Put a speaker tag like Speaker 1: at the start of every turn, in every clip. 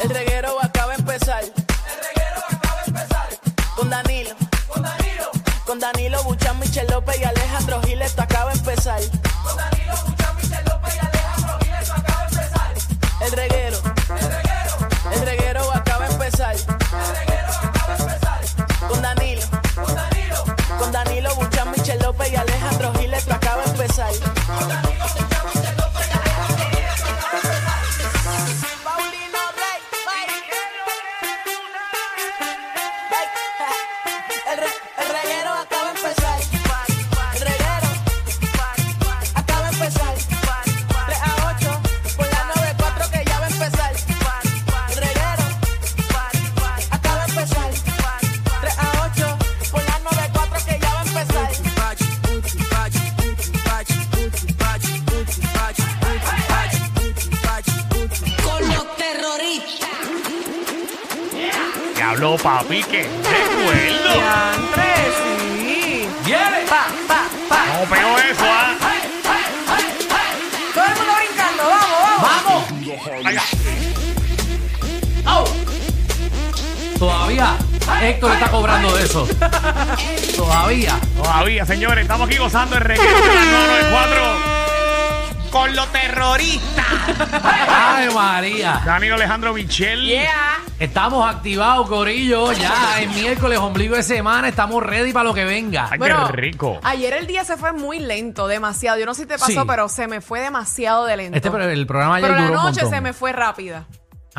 Speaker 1: El reguero acaba de empezar. El reguero acaba de empezar. Con Danilo. Con Danilo. Con Danilo Buchan, Michel López y Alejandro Gil, esto acaba de empezar. Con Danilo Buchan, Michel López y Alejandro Gil, esto acaba de empezar. El reguero. El reguero. El reguero acaba de empezar. El reguero acaba de empezar. Con Danilo. Con Danilo. Con Danilo Buchan, Michel López y Alejandro Gil, esto acaba de empezar. Paulino Rey, El, re- el reguero acaba de empezar. El reguero acaba de empezar. 3 a 8 por la 94 que ya va a empezar. El reguero acaba de empezar. 3 a 8 por la 94 que ya va a empezar.
Speaker 2: con los terroristas.
Speaker 3: Diablo, papi, que recuerdo.
Speaker 1: Andrés, sí. Pa, pa, pa.
Speaker 3: No pego eso, ¿ah?
Speaker 1: Todo el mundo brincando, vamos, vamos.
Speaker 3: Venga.
Speaker 4: Todavía Héctor está cobrando de eso. Todavía.
Speaker 3: Todavía, señores, estamos aquí gozando el reguero de la 994 con los terroristas.
Speaker 4: Ay, María.
Speaker 3: Danilo Alejandro Michel.
Speaker 4: Estamos activados, Corillo. Ya es miércoles, ombligo de semana. Estamos ready para lo que venga.
Speaker 3: Ay,
Speaker 5: Bueno,
Speaker 3: qué rico.
Speaker 5: Ayer el día se fue muy lento, demasiado. Yo no sé si te pasó,
Speaker 4: Sí.
Speaker 5: pero se me fue demasiado de lento.
Speaker 4: Este, pro- el programa ayer
Speaker 5: Pero la
Speaker 4: duró un
Speaker 5: noche
Speaker 4: montón.
Speaker 5: se me fue rápida.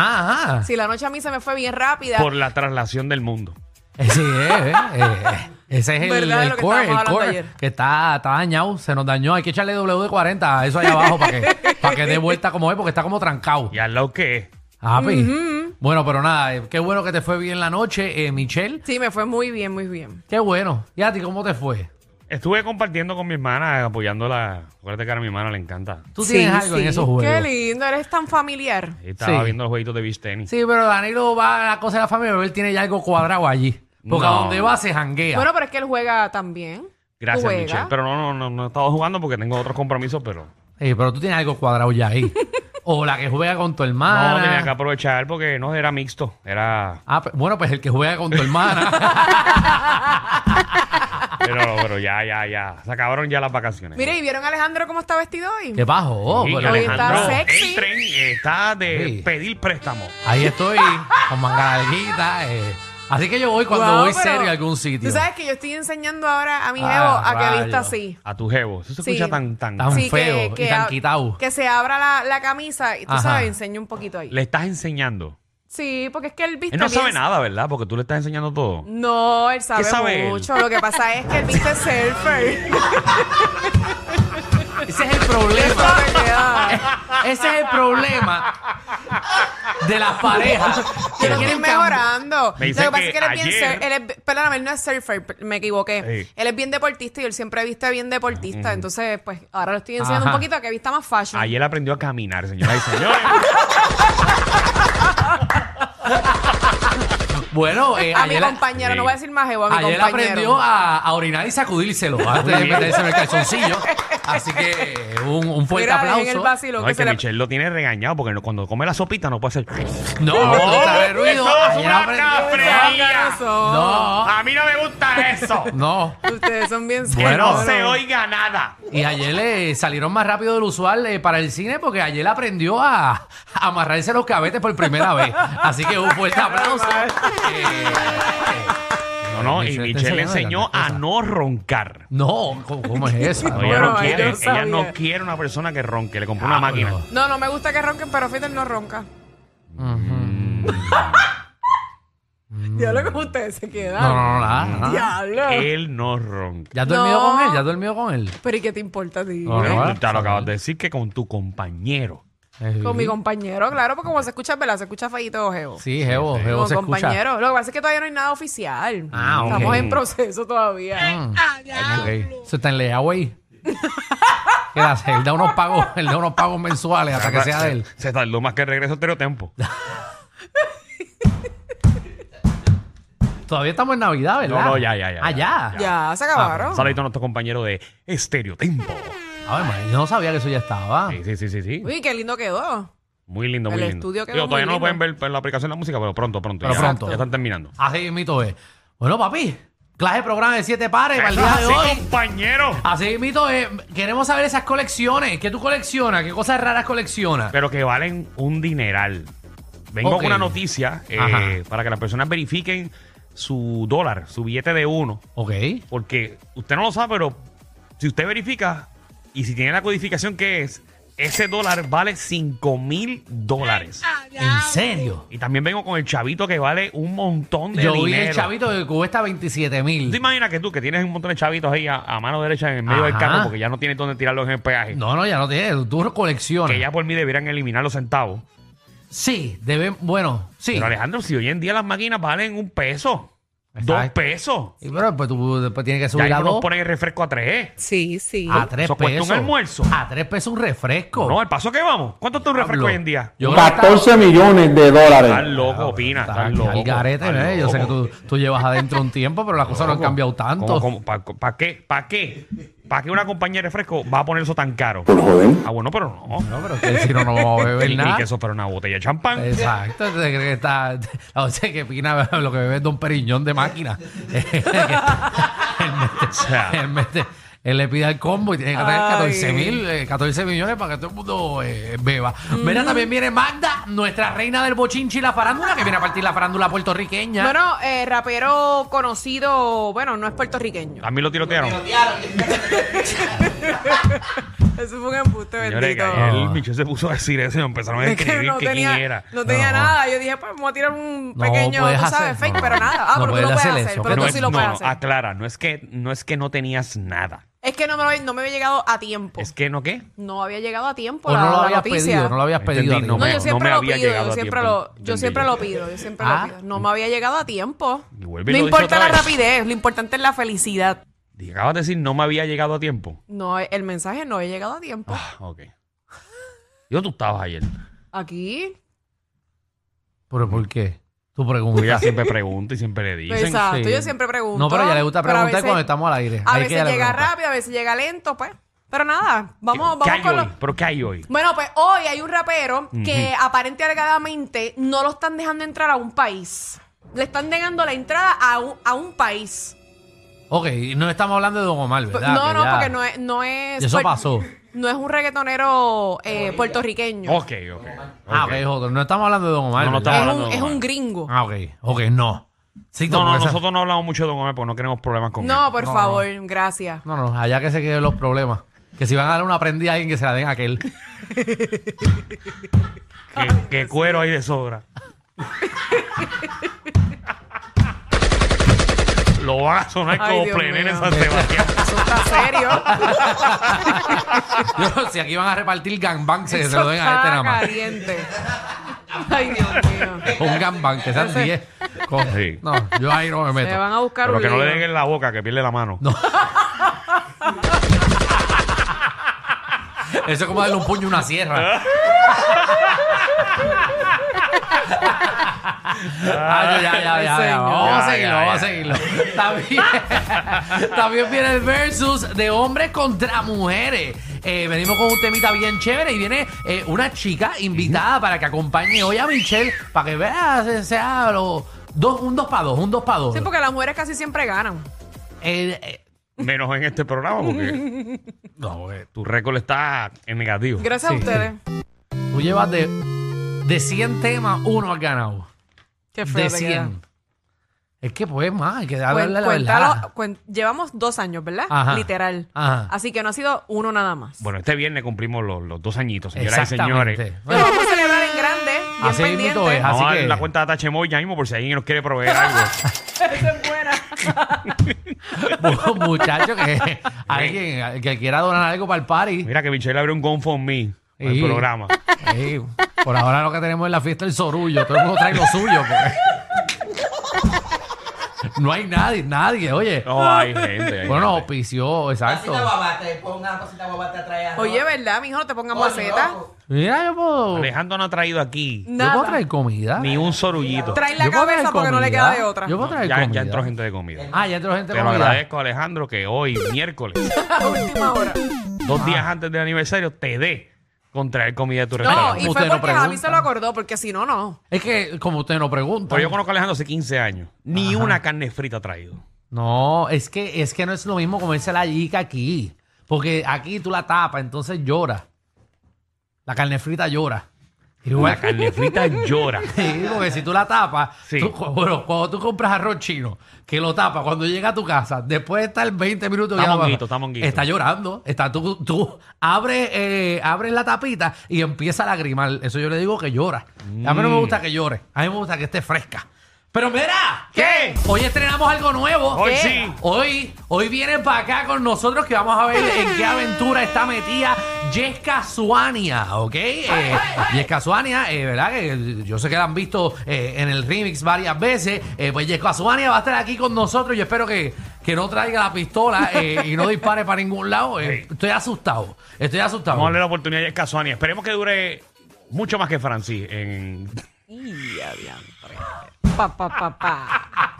Speaker 4: Ah, ah.
Speaker 5: Sí, la noche a mí se me fue bien rápida.
Speaker 3: Por la traslación del mundo.
Speaker 4: Eh, Sí, eh, eh, eh. Ese es el,
Speaker 5: ¿Verdad?
Speaker 4: el
Speaker 5: Lo que
Speaker 4: core,
Speaker 5: estábamos
Speaker 4: el
Speaker 5: hablando
Speaker 4: core,
Speaker 5: ayer.
Speaker 4: que está, está dañado, se nos dañó. Hay que echarle W40 a eso allá abajo para que, para que dé vuelta como es, porque está como trancado.
Speaker 3: ¿Y al lado qué es?
Speaker 4: Api. Bueno, pero nada, eh, qué bueno que te fue bien la noche, eh, Michelle.
Speaker 5: Sí, me fue muy bien, muy bien.
Speaker 4: Qué bueno. ¿Y a ti cómo te fue?
Speaker 3: Estuve compartiendo con mi hermana, apoyándola. Acuérdate que ahora a mi hermana le encanta.
Speaker 4: Tú
Speaker 5: Sí,
Speaker 4: tienes algo en
Speaker 5: sí.
Speaker 4: esos juegos.
Speaker 5: Qué lindo, eres tan familiar.
Speaker 3: Y Estaba
Speaker 4: Sí.
Speaker 3: viendo los jueguitos de beach tenis.
Speaker 4: Sí, pero Danilo va a la cosa de la familia, pero él tiene ya algo cuadrado allí. Porque
Speaker 3: No.
Speaker 4: a donde va se janguea.
Speaker 5: Bueno, pero es que él juega también.
Speaker 3: Gracias,
Speaker 5: Juega.
Speaker 3: Michelle. Pero no, no, no, no he estado jugando porque tengo otros compromisos, pero
Speaker 4: Eh, pero tú tienes algo cuadrado ya ahí. o la que juega con tu hermana.
Speaker 3: no tenía que aprovechar porque no era mixto. Era.
Speaker 4: Ah, pe- bueno, pues el que juega con tu hermana.
Speaker 3: Pero, pero ya, ya, ya. Se acabaron ya las vacaciones.
Speaker 5: Mire, ¿y vieron a Alejandro cómo está vestido hoy?
Speaker 4: ¿Qué bajo?
Speaker 3: Sí,
Speaker 4: Pero-
Speaker 5: Hoy está
Speaker 3: Alejandro,
Speaker 5: sexy.
Speaker 3: el tren está de
Speaker 4: Sí.
Speaker 3: pedir préstamo.
Speaker 4: Ahí estoy, con manga larguita. eh. Así que yo voy cuando
Speaker 5: Guau,
Speaker 4: voy
Speaker 5: pero
Speaker 4: serio a algún sitio.
Speaker 5: Tú sabes que yo estoy enseñando ahora a mi jevo
Speaker 4: Ah,
Speaker 5: a que
Speaker 4: rayos.
Speaker 5: vista así.
Speaker 3: A tu jevo. Eso se
Speaker 5: Sí.
Speaker 3: escucha tan, tan.
Speaker 4: Tan-
Speaker 5: sí,
Speaker 4: feo y tan
Speaker 5: a-
Speaker 4: quitado.
Speaker 5: Que se abra la, la camisa y tú
Speaker 4: Ajá.
Speaker 5: sabes, enseño un poquito ahí.
Speaker 3: Le estás enseñando.
Speaker 5: Sí, porque es Mm. que él viste
Speaker 3: Él no sabe
Speaker 5: bien-
Speaker 3: nada, ¿verdad? Porque tú le estás enseñando todo.
Speaker 5: No, él sabe,
Speaker 3: sabe él?
Speaker 5: mucho. Lo que pasa es que él viste surfer.
Speaker 4: Ese es el problema.
Speaker 5: Sabe que, ah,
Speaker 4: Ese es el problema de las parejas.
Speaker 5: Yo
Speaker 4: Que
Speaker 5: lo estoy
Speaker 4: quieren
Speaker 5: mejorando.
Speaker 3: Me
Speaker 5: lo
Speaker 3: dicen
Speaker 5: que pasa
Speaker 3: que
Speaker 5: es que él es bien
Speaker 3: ayer-
Speaker 5: sur- él es- Perdóname, él no es surfer, me equivoqué.
Speaker 3: Sí.
Speaker 5: Él es bien deportista y él siempre viste bien deportista. Entonces, pues ahora lo estoy enseñando
Speaker 4: Ajá.
Speaker 5: un poquito a que vista más fashion.
Speaker 3: Ayer aprendió a caminar, señoras y señores.
Speaker 4: cam- Bueno, eh,
Speaker 5: a mi
Speaker 4: ayer-
Speaker 5: compañero,
Speaker 3: Sí.
Speaker 5: no voy a decir más jevo, a mi
Speaker 4: Ayer
Speaker 5: compañero.
Speaker 4: aprendió a, a orinar y sacudírselo antes de
Speaker 3: bien.
Speaker 4: meterse en el calzoncillo. Así que un, un fuerte
Speaker 5: Mira, dejen el
Speaker 4: aplauso.
Speaker 5: vacilo
Speaker 3: no,
Speaker 5: que
Speaker 3: es que
Speaker 5: se le-
Speaker 3: Michelle lo tiene regañado porque no- cuando come la sopita no puede hacer.
Speaker 4: No, no trae ruido.
Speaker 3: eso es
Speaker 4: Ayer
Speaker 3: una
Speaker 4: aprendió-
Speaker 3: cafre-
Speaker 5: No.
Speaker 4: No,
Speaker 3: A mí no me gusta eso.
Speaker 4: no.
Speaker 5: Ustedes son bien
Speaker 3: que
Speaker 4: Bueno.
Speaker 3: no
Speaker 5: celosos.
Speaker 3: se oiga nada.
Speaker 4: Y ayer le salieron más rápido del usual eh, para el cine porque ayer aprendió a, a amarrarse los cabetes por primera vez. Así que un fuerte aplauso. Eh,
Speaker 3: No, no, y
Speaker 4: Michelle te
Speaker 3: Michelle le
Speaker 4: enseñó
Speaker 3: enseñó a
Speaker 4: tantas cosas.
Speaker 3: no roncar.
Speaker 4: no, ¿cómo, cómo es eso?
Speaker 3: No, ella no
Speaker 5: Bueno, ay,
Speaker 3: quiere.
Speaker 5: yo
Speaker 3: Ella no
Speaker 5: sabía.
Speaker 3: quiere una persona que ronque. Le compró una
Speaker 4: Ah,
Speaker 3: máquina.
Speaker 4: bueno.
Speaker 5: No, no me gusta que ronquen, pero Fidel no ronca.
Speaker 4: Mm.
Speaker 5: Diablo como ustedes se quedan.
Speaker 4: No, no, Eh. no, nada, nada. Ah.
Speaker 5: Diablo.
Speaker 3: Él no ronca.
Speaker 4: ¿Ya has dormido
Speaker 5: No.
Speaker 4: con él? ¿Ya has dormido con él?
Speaker 3: ¿Eh?
Speaker 5: Pero ¿y qué te importa a ti?
Speaker 4: No, no,
Speaker 3: Te lo acabas de decir que con tu compañero.
Speaker 4: Eh,
Speaker 5: Con mi compañero, claro, porque como se escucha, ¿verdad? Se escucha feíto ojeo.
Speaker 4: Sí, Geo, Geo
Speaker 5: Con
Speaker 4: se escucha.
Speaker 5: compañero. Lo que pasa es que todavía no hay nada oficial.
Speaker 4: Ah, ok. Mm,
Speaker 5: Estamos en proceso todavía.
Speaker 4: Ok. Eso está en Leaway. ¿Qué hace? Él da unos pagos, él da unos pagos mensuales hasta que sea de él.
Speaker 3: Se tardó más que el regreso a Tempo.
Speaker 4: Todavía estamos en Navidad, ¿verdad?
Speaker 3: No, no, ya, ya, ya,
Speaker 4: Ah, ya. Ah,
Speaker 3: ya.
Speaker 5: Ya, se acabaron.
Speaker 3: Saludito a nuestro compañero de Estereotempo.
Speaker 4: Ay, man, yo no sabía que eso ya estaba.
Speaker 3: Sí, sí, sí, sí, sí.
Speaker 5: Uy, qué lindo quedó.
Speaker 3: Muy lindo,
Speaker 5: El
Speaker 3: muy lindo.
Speaker 5: estudio quedó
Speaker 3: Digo,
Speaker 5: muy
Speaker 3: todavía no lo
Speaker 5: lindo.
Speaker 3: pueden ver en la aplicación de la música, pero pronto, pronto.
Speaker 4: Pero
Speaker 3: ya,
Speaker 4: pronto.
Speaker 3: ya están terminando.
Speaker 4: Así mito es. Bueno, papi, clase programa de siete pares para el día de
Speaker 3: Eso así,
Speaker 4: hoy.
Speaker 3: compañero.
Speaker 4: Así mito es. Queremos saber esas colecciones. ¿Qué tú coleccionas? ¿Qué cosas raras coleccionas?
Speaker 3: pero que valen un dineral. Vengo
Speaker 4: Ok.
Speaker 3: con una noticia eh,
Speaker 4: Ajá.
Speaker 3: para que las personas verifiquen su dólar, su billete de uno,
Speaker 4: Ok.
Speaker 3: porque usted no lo sabe, pero si usted verifica y si tiene la codificación que es, ese dólar vale 5 mil dólares.
Speaker 4: ¿En serio?
Speaker 3: Y también vengo con el chavito que vale un montón de
Speaker 4: Yo
Speaker 3: dinero.
Speaker 4: vi el chavito que cuesta 27
Speaker 3: ¿Tú te
Speaker 4: mil.
Speaker 3: imaginas que tú que tienes un montón de chavitos ahí a, a mano derecha en el medio del
Speaker 4: Ajá.
Speaker 3: carro porque ya no tienes dónde tirarlos en el peaje?
Speaker 4: No, no, ya no tiene. Tú coleccionas.
Speaker 3: Que ya por mí deberían eliminar los centavos.
Speaker 4: Sí, deben. Bueno, sí.
Speaker 3: Pero Alejandro, si hoy en día las máquinas valen un peso, dos
Speaker 4: Exacto.
Speaker 3: pesos.
Speaker 4: Y pero después tú después tienes que
Speaker 3: Ya
Speaker 4: subir
Speaker 3: ahí
Speaker 4: a
Speaker 3: nos
Speaker 4: dos.
Speaker 3: ponen el refresco a tres. ¿eh?
Speaker 5: Sí, sí.
Speaker 4: A tres
Speaker 3: Eso
Speaker 4: pesos.
Speaker 3: cuesta un almuerzo.
Speaker 4: A tres pesos un refresco.
Speaker 3: No, al paso que vamos. ¿Cuánto está un refresco
Speaker 4: Pablo,
Speaker 3: hoy en día?
Speaker 4: yo creo que está-
Speaker 6: 14 millones de dólares.
Speaker 3: Estás loco, opina.
Speaker 4: está
Speaker 3: Estás
Speaker 4: al
Speaker 3: loco.
Speaker 4: garete,
Speaker 3: estás
Speaker 4: ¿eh? Yo sé que
Speaker 3: loco.
Speaker 4: tú, tú llevas adentro un tiempo, pero las cosas no han cambiado tanto.
Speaker 3: ¿Para qué? ¿Para qué? ¿Para qué una compañía de refresco va a poner eso tan caro?
Speaker 6: Por joder.
Speaker 3: Ah, bueno, pero no.
Speaker 4: No, pero que si no, no vamos a beber
Speaker 3: Ni- ni
Speaker 4: nada.
Speaker 3: que eso fuera una botella de champán.
Speaker 4: Exacto, entonces cree que está. O sea, que Pina lo que bebe es Don Periñón de máquina. él, mete-
Speaker 3: O sea,
Speaker 4: él mete- él le pide al combo y tiene que traer
Speaker 5: Ay.
Speaker 4: 14 mil, 14 millones para que todo el mundo eh, beba. Mira, también viene Magda, nuestra reina del bochinchi y la farándula, que viene a partir la farándula puertorriqueña.
Speaker 5: Bueno, eh, rapero conocido, bueno, no es puertorriqueño.
Speaker 3: a mí lo tirotearon.
Speaker 5: Eso fue un embuste
Speaker 3: Señores, que
Speaker 5: bendito.
Speaker 3: ayer el bicho se puso a decir eso y empezaron a
Speaker 5: Es
Speaker 3: escribir
Speaker 5: que
Speaker 3: que,
Speaker 5: no
Speaker 3: quién
Speaker 5: tenía,
Speaker 3: era.
Speaker 5: no tenía
Speaker 4: No.
Speaker 5: nada. Yo dije, pues vamos a tirar un
Speaker 4: No
Speaker 5: pequeño,
Speaker 4: puedes
Speaker 5: tú sabes,
Speaker 4: hacer-
Speaker 5: fake,
Speaker 4: no.
Speaker 5: pero nada.
Speaker 4: No
Speaker 5: Ah, pero tú lo
Speaker 4: puedes
Speaker 5: puedes
Speaker 4: hacer
Speaker 5: hacer,
Speaker 4: eso,
Speaker 5: pero
Speaker 4: no
Speaker 5: tú
Speaker 4: es-
Speaker 5: sí lo
Speaker 3: no,
Speaker 5: puedes
Speaker 3: no,
Speaker 5: hacer.
Speaker 3: aclara, no es que no es que no tenías nada.
Speaker 5: Es que no me, lo- no me había llegado a tiempo.
Speaker 3: Es que no qué.
Speaker 5: No había llegado a tiempo
Speaker 4: o
Speaker 5: la,
Speaker 4: no lo
Speaker 5: la
Speaker 4: habías
Speaker 5: noticia.
Speaker 4: pedido, no lo habías
Speaker 3: Entendí,
Speaker 4: pedido. a
Speaker 3: no
Speaker 4: tiempo.
Speaker 5: No,
Speaker 3: Este me-
Speaker 5: yo siempre
Speaker 3: me
Speaker 5: lo
Speaker 3: había
Speaker 5: pido,
Speaker 3: llegado
Speaker 5: yo
Speaker 3: a
Speaker 5: siempre
Speaker 3: tiempo.
Speaker 5: lo, yo
Speaker 3: Entendí.
Speaker 5: siempre lo pido, yo siempre
Speaker 4: Ah.
Speaker 5: lo pido. No me había llegado a tiempo.
Speaker 3: Y
Speaker 5: No
Speaker 3: vuelve y lo dice
Speaker 5: importa
Speaker 3: otra
Speaker 5: la
Speaker 3: vez.
Speaker 5: rapidez, lo importante es la felicidad.
Speaker 3: Dije, Acabas de decir no me había llegado a tiempo.
Speaker 5: No, el mensaje no había llegado a tiempo.
Speaker 3: Ah, ok. Yo tú estabas ayer.
Speaker 5: Aquí,
Speaker 4: ¿Pero por qué? Tú
Speaker 3: Porque ella
Speaker 4: preguntas.
Speaker 3: siempre pregunta y siempre le dicen.
Speaker 5: pues, exacto,
Speaker 4: sí.
Speaker 5: yo siempre pregunto.
Speaker 4: No, pero ya le gusta
Speaker 5: pero a
Speaker 4: preguntar
Speaker 5: veces-
Speaker 4: cuando estamos al aire.
Speaker 5: A
Speaker 4: Ahí que
Speaker 5: veces
Speaker 4: ella le
Speaker 5: llega
Speaker 4: pregunta.
Speaker 5: rápido, a veces llega lento, pues. Pero nada,
Speaker 3: ¿Qué,
Speaker 5: vamos,
Speaker 3: qué
Speaker 5: vamos
Speaker 3: hay
Speaker 5: con
Speaker 3: hoy?
Speaker 5: los...
Speaker 3: ¿Pero qué hay hoy?
Speaker 5: Bueno, pues hoy hay un rapero que aparente y alegadamente no lo están dejando entrar a un país. Le están negando la entrada a un, a un país.
Speaker 4: Ok, no estamos hablando de Don Omar, ¿verdad?
Speaker 5: no,
Speaker 4: Que
Speaker 5: no,
Speaker 4: ya-
Speaker 5: porque no es, no es.
Speaker 4: Eso
Speaker 5: puer-
Speaker 4: pasó.
Speaker 5: No es un reggaetonero eh, puertorriqueño.
Speaker 4: Oh,
Speaker 3: Ok, ok.
Speaker 4: Ah,
Speaker 3: ok.
Speaker 4: ok, es otro. No estamos hablando de Don Omar.
Speaker 3: No, no
Speaker 4: ¿verdad?
Speaker 3: estamos
Speaker 5: es,
Speaker 3: hablando
Speaker 5: un,
Speaker 3: de
Speaker 5: es
Speaker 3: Omar.
Speaker 5: un gringo.
Speaker 4: Ah, ok, ok, no. Sí,
Speaker 3: No,
Speaker 4: como
Speaker 3: no,
Speaker 4: esa-
Speaker 3: nosotros no hablamos mucho de Don Omar porque no queremos problemas con
Speaker 5: no,
Speaker 3: él.
Speaker 5: por
Speaker 4: No,
Speaker 5: favor, gracias.
Speaker 4: No, no, allá que se queden los problemas. Que si van a dar una prendida a alguien, que se la den a aquel.
Speaker 3: Que, que cuero hay de sobra. Lo van a sonar
Speaker 5: Ay,
Speaker 3: como
Speaker 5: Dios
Speaker 3: plener en
Speaker 5: mío.
Speaker 3: San Sebastián.
Speaker 5: Eso está serio.
Speaker 4: Yo, si aquí van a repartir gangbang, se, se
Speaker 5: Eso
Speaker 4: lo den a este
Speaker 5: está
Speaker 4: nada más.
Speaker 5: caliente. Ay, Dios mío.
Speaker 4: Un gangbang, que sean 10. Con-
Speaker 3: Sí.
Speaker 4: No, yo ahí no me
Speaker 5: Me
Speaker 4: meto.
Speaker 5: van a buscar
Speaker 3: Pero
Speaker 5: un
Speaker 3: que no le
Speaker 5: lío.
Speaker 3: den en la boca, que pierde la mano.
Speaker 4: Eso es como darle un puño a una sierra. Ah, yo, ya, ya, ya, ya.
Speaker 5: Señor.
Speaker 4: Vamos a
Speaker 3: Ya,
Speaker 4: seguirlo,
Speaker 3: ya, ya.
Speaker 4: vamos a seguirlo. También, también viene el versus de hombres contra mujeres. Eh, venimos con un temita bien chévere y viene eh, una chica invitada para que acompañe hoy a Michelle para que vea, se- sea lo- dos, un dos para dos, un dos para dos.
Speaker 5: Sí, porque las mujeres casi siempre ganan.
Speaker 4: Eh, eh,
Speaker 3: Menos en este programa porque
Speaker 4: no, eh,
Speaker 3: tu récord está en negativo.
Speaker 5: Gracias a
Speaker 4: Sí.
Speaker 5: ustedes.
Speaker 4: tú llevas de, de 100 temas, uno has ganado.
Speaker 5: Qué feo
Speaker 4: de
Speaker 5: te queda.
Speaker 4: 100. Es que pues más, hay que
Speaker 5: Cuen-
Speaker 4: darle la
Speaker 5: cuéntalo,
Speaker 4: verdad.
Speaker 5: cuen- llevamos dos años, ¿verdad?
Speaker 4: Ajá.
Speaker 5: Literal.
Speaker 4: Ajá.
Speaker 5: Así que no ha sido uno nada más.
Speaker 3: Bueno, este viernes cumplimos los, los dos añitos, señoras y señores.
Speaker 4: Exactamente.
Speaker 5: Lo vamos a celebrar en grande. Bien
Speaker 4: Así mismito
Speaker 5: pendiente.
Speaker 4: es,
Speaker 3: Vamos
Speaker 4: Así
Speaker 3: a dar
Speaker 4: que-
Speaker 3: la cuenta de Tachemoy ya mismo por si alguien nos quiere proveer algo.
Speaker 5: Esa es buena.
Speaker 4: Bu- muchacho que alguien que quiera donar algo para el party.
Speaker 3: Mira que Michelle abrió un GoFundMe. el
Speaker 4: Sí.
Speaker 3: programa.
Speaker 4: Ey, por ahora lo que tenemos en la fiesta es el sorullo. Todo el mundo trae lo suyo. porque- No hay nadie, nadie, oye.
Speaker 3: No hay gente. hay
Speaker 4: bueno, nos
Speaker 3: gente.
Speaker 4: auspició, exacto.
Speaker 6: Cosita guabata, después una cosita guabata trae arroz.
Speaker 5: Oye, ¿verdad, mijo? No te pongas
Speaker 6: Oye,
Speaker 5: maceta.
Speaker 6: loco.
Speaker 4: Mira, yo puedo, yo
Speaker 3: Alejandro no ha traído aquí
Speaker 4: puedo
Speaker 5: Nada.
Speaker 4: traer comida.
Speaker 3: ni un sorullito.
Speaker 5: Trae
Speaker 4: Yo
Speaker 5: la
Speaker 4: puedo traer
Speaker 5: cabeza porque no le queda de
Speaker 4: comida.
Speaker 5: otra.
Speaker 4: Yo puedo traer
Speaker 3: Ya,
Speaker 4: comida.
Speaker 3: ya entró gente de comida.
Speaker 4: Ah, ya entró gente
Speaker 3: Te
Speaker 4: de
Speaker 3: lo
Speaker 4: comida.
Speaker 3: agradezco, Alejandro, que hoy, miércoles,
Speaker 5: A última hora.
Speaker 3: dos días antes del aniversario, te dé con traer comida de tu
Speaker 5: No,
Speaker 3: restaurante.
Speaker 5: y
Speaker 4: Usted
Speaker 5: fue
Speaker 4: Ah. no
Speaker 5: porque Javi
Speaker 4: pregunta.
Speaker 5: se lo acordó, porque si no, no.
Speaker 4: Es que, como usted no pregunta.
Speaker 3: Pero yo conozco a Alejandro hace 15 años. Ni una carne frita ha traído.
Speaker 4: No, es que, es que no es lo mismo comerse la yica aquí. Porque aquí tú la tapas, entonces llora. La carne frita llora. Igual.
Speaker 3: La carne frita llora.
Speaker 4: Sí, porque si tú la tapas,
Speaker 3: Sí.
Speaker 4: tú- bueno, cuando tú compras arroz chino, que lo tapas, cuando llega a tu casa, después de estar 20 minutos...
Speaker 3: Está
Speaker 4: ya-
Speaker 3: monguito, está monguito.
Speaker 4: Está llorando. Está, tú tú abres, eh, abres la tapita y empieza a lagrimar. Eso yo le digo que llora. A mí no me
Speaker 3: Mm.
Speaker 4: gusta que llore. A mí me gusta que esté fresca. Pero mira,
Speaker 3: ¿Qué?
Speaker 4: Hoy estrenamos algo nuevo.
Speaker 3: Hoy
Speaker 4: ¿Qué?
Speaker 3: sí.
Speaker 4: Hoy, hoy viene para acá con nosotros que vamos a ver en qué aventura está metida Jessica Suania, ¿ok? Eh, Jessica Suania, eh, ¿verdad? Que yo sé que la han visto eh, en el remix varias veces. Eh, pues Jessica Suania va a estar aquí con nosotros. Yo espero que, que no traiga la pistola eh, y no dispare para ningún lado. Eh, Estoy asustado, estoy asustado.
Speaker 3: Vamos a darle la oportunidad a Casuani. Esperemos que dure mucho más que Francis en
Speaker 5: Y adiantre. Pa, pa, pa, pa.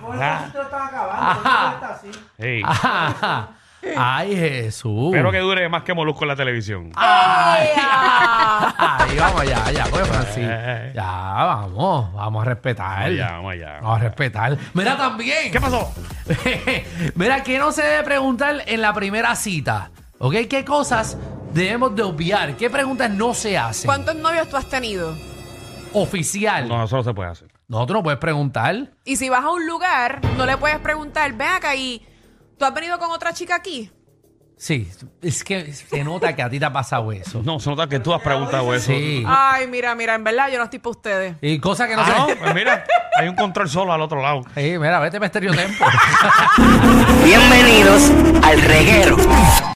Speaker 6: Por eso tú te estás acabando, por eso tú estás así.
Speaker 3: Ah. Ey,
Speaker 4: Ah. Ajá. Ay, Jesús.
Speaker 3: Espero que dure más que Molusco en la televisión.
Speaker 4: Ah, Ahí vamos ya, ya, pues Francis.
Speaker 3: Eh.
Speaker 4: Ya, vamos, vamos a respetar.
Speaker 3: Vamos allá, vamos allá.
Speaker 4: Vamos a respetar. Mira también.
Speaker 3: ¿Qué pasó?
Speaker 4: Mira, ¿qué no se debe preguntar en la primera cita? ¿Ok? ¿Qué cosas debemos de obviar? ¿Qué preguntas no se hacen?
Speaker 5: ¿Cuántos novios tú has tenido?
Speaker 4: Oficial.
Speaker 3: No, eso no se puede hacer.
Speaker 4: No, tú no puedes preguntar.
Speaker 5: Y si vas a un lugar, no le puedes preguntar, ven acá y tú has venido con otra chica aquí.
Speaker 4: Sí, es que se nota que a ti te ha pasado eso.
Speaker 3: No, se nota que tú has preguntado eso.
Speaker 4: Sí.
Speaker 5: Ay, mira, mira, en verdad yo no estoy para ustedes.
Speaker 4: Y cosas que no se...
Speaker 3: Ah, no, pues mira, hay un control solo al otro lado.
Speaker 4: Sí, mira, vete Misterio Tempo.
Speaker 1: Bienvenidos al reguero.